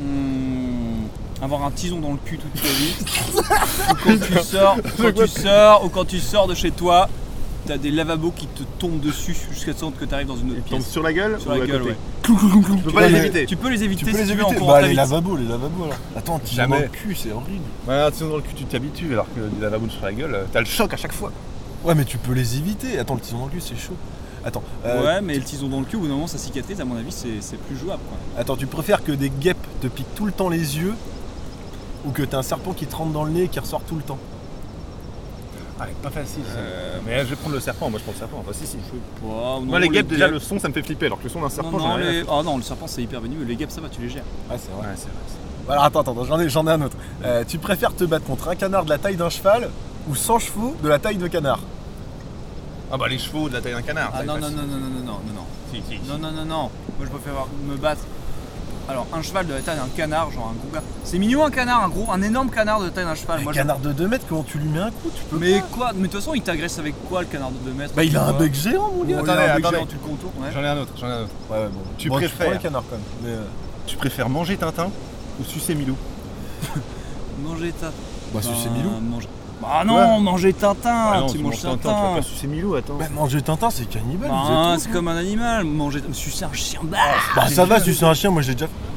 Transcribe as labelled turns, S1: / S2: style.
S1: hmm, avoir un tison dans le cul toute ta vie. ou quand tu sors, quand tu sors, ou quand tu sors de chez toi, t'as des lavabos qui te tombent dessus jusqu'à ce que t'arrives dans une autre
S2: Ils tombent
S1: pièce.
S2: sur la gueule
S1: Sur
S2: ou
S1: la
S2: à
S1: gueule,
S2: côté
S1: ouais.
S2: Tu peux pas les
S3: mais-
S2: éviter.
S1: Tu peux les éviter
S3: Tu peux
S1: si
S3: les
S1: tu veux en
S3: éviter
S1: courant
S3: Bah,
S1: ta
S3: les
S1: vie.
S3: lavabos, les lavabos alors. Attends, tu
S4: Jamais.
S3: le cul, c'est horrible.
S4: Ouais, Bah, sinon dans le cul, tu t'habitues, alors que des lavabos sur la gueule, euh, t'as le choc à chaque fois.
S3: Ouais, mais tu peux les éviter. Attends, le tison dans le cul, c'est chaud. Attends, euh,
S1: Ouais, mais le tison dans le cul, au bout d'un moment, ça cicatrise, à mon avis, c'est c'est plus jouable. Quoi.
S3: attends, tu préfères que des guêpes te piquent tout le temps les yeux ou que t'as un serpent qui te rentre dans le nez et qui ressort tout le temps
S4: Ah, c'est pas facile. Euh, mais je vais prendre le serpent, moi je prends le serpent. Bah, si, si.
S1: Wow, non,
S2: Moi, les guêpes, déjà,
S1: guêpes-
S2: le son, ça me fait flipper. Alors que le son d'un serpent,
S1: Non,
S2: j'en
S1: non,
S2: ai rien. à
S1: les- oh non, le serpent c'est hyper venu, les guêpes ça va, tu les gères.
S3: Ah, c'est vrai.
S4: Ouais, c'est vrai.
S3: Alors attends, attends, j'en ai, j'en ai un autre. Euh, tu préfères te battre contre un canard de la taille d'un cheval ou 100 chevaux de la taille de canard
S4: Ah, bah les chevaux de la taille d'un canard.
S1: Ah
S4: ça,
S1: non,
S4: c'est
S1: non,
S4: facile.
S1: non, non, non, non, non, non.
S4: Si, si, si.
S1: Non, non, non, non. Moi, je préfère me battre. Alors, un cheval de la taille d'un canard, genre un gros gars. C'est mignon un canard, un gros, un énorme canard de la taille d'un cheval.
S3: Un
S1: Ah, Moi, je-
S3: canard de 2 mètres, comment tu lui mets un coup Tu peux
S1: Mais
S3: pas.
S1: quoi Mais de toute façon, il t'agresse avec quoi le canard de 2 mètres
S3: Bah, il a un
S1: Ouais.
S3: bec géant, mon
S1: Ouais,
S3: gars.
S1: il a un
S4: Attendez,
S1: bec
S4: attendez.
S1: géant, tu le contours, ouais.
S4: J'en ai un autre, j'en ai un autre.
S3: Ouais, bon.
S4: Tu
S3: Bon,
S4: préfères-
S3: prends le canard quand même. Mais, euh,
S4: Tu préfères manger Tintin ou sucer Milou
S1: Manger ta.
S3: Bah,
S1: Ben,
S3: c'est Milou.
S1: mange- Bah non, manger Tintin
S4: Ah non,
S1: Tu
S4: tu
S1: manges
S4: manges Tintin, tu vas
S1: Tintin
S4: pas sucer Milou, attends.
S3: Bah, manger Tintin, c'est cannibale.
S1: Bah,
S3: vous êtes
S1: c'est comme un animal, manger. Sucer un chien, bah
S3: Bah ça va, si c'est un chien, moi j'ai déjà fait.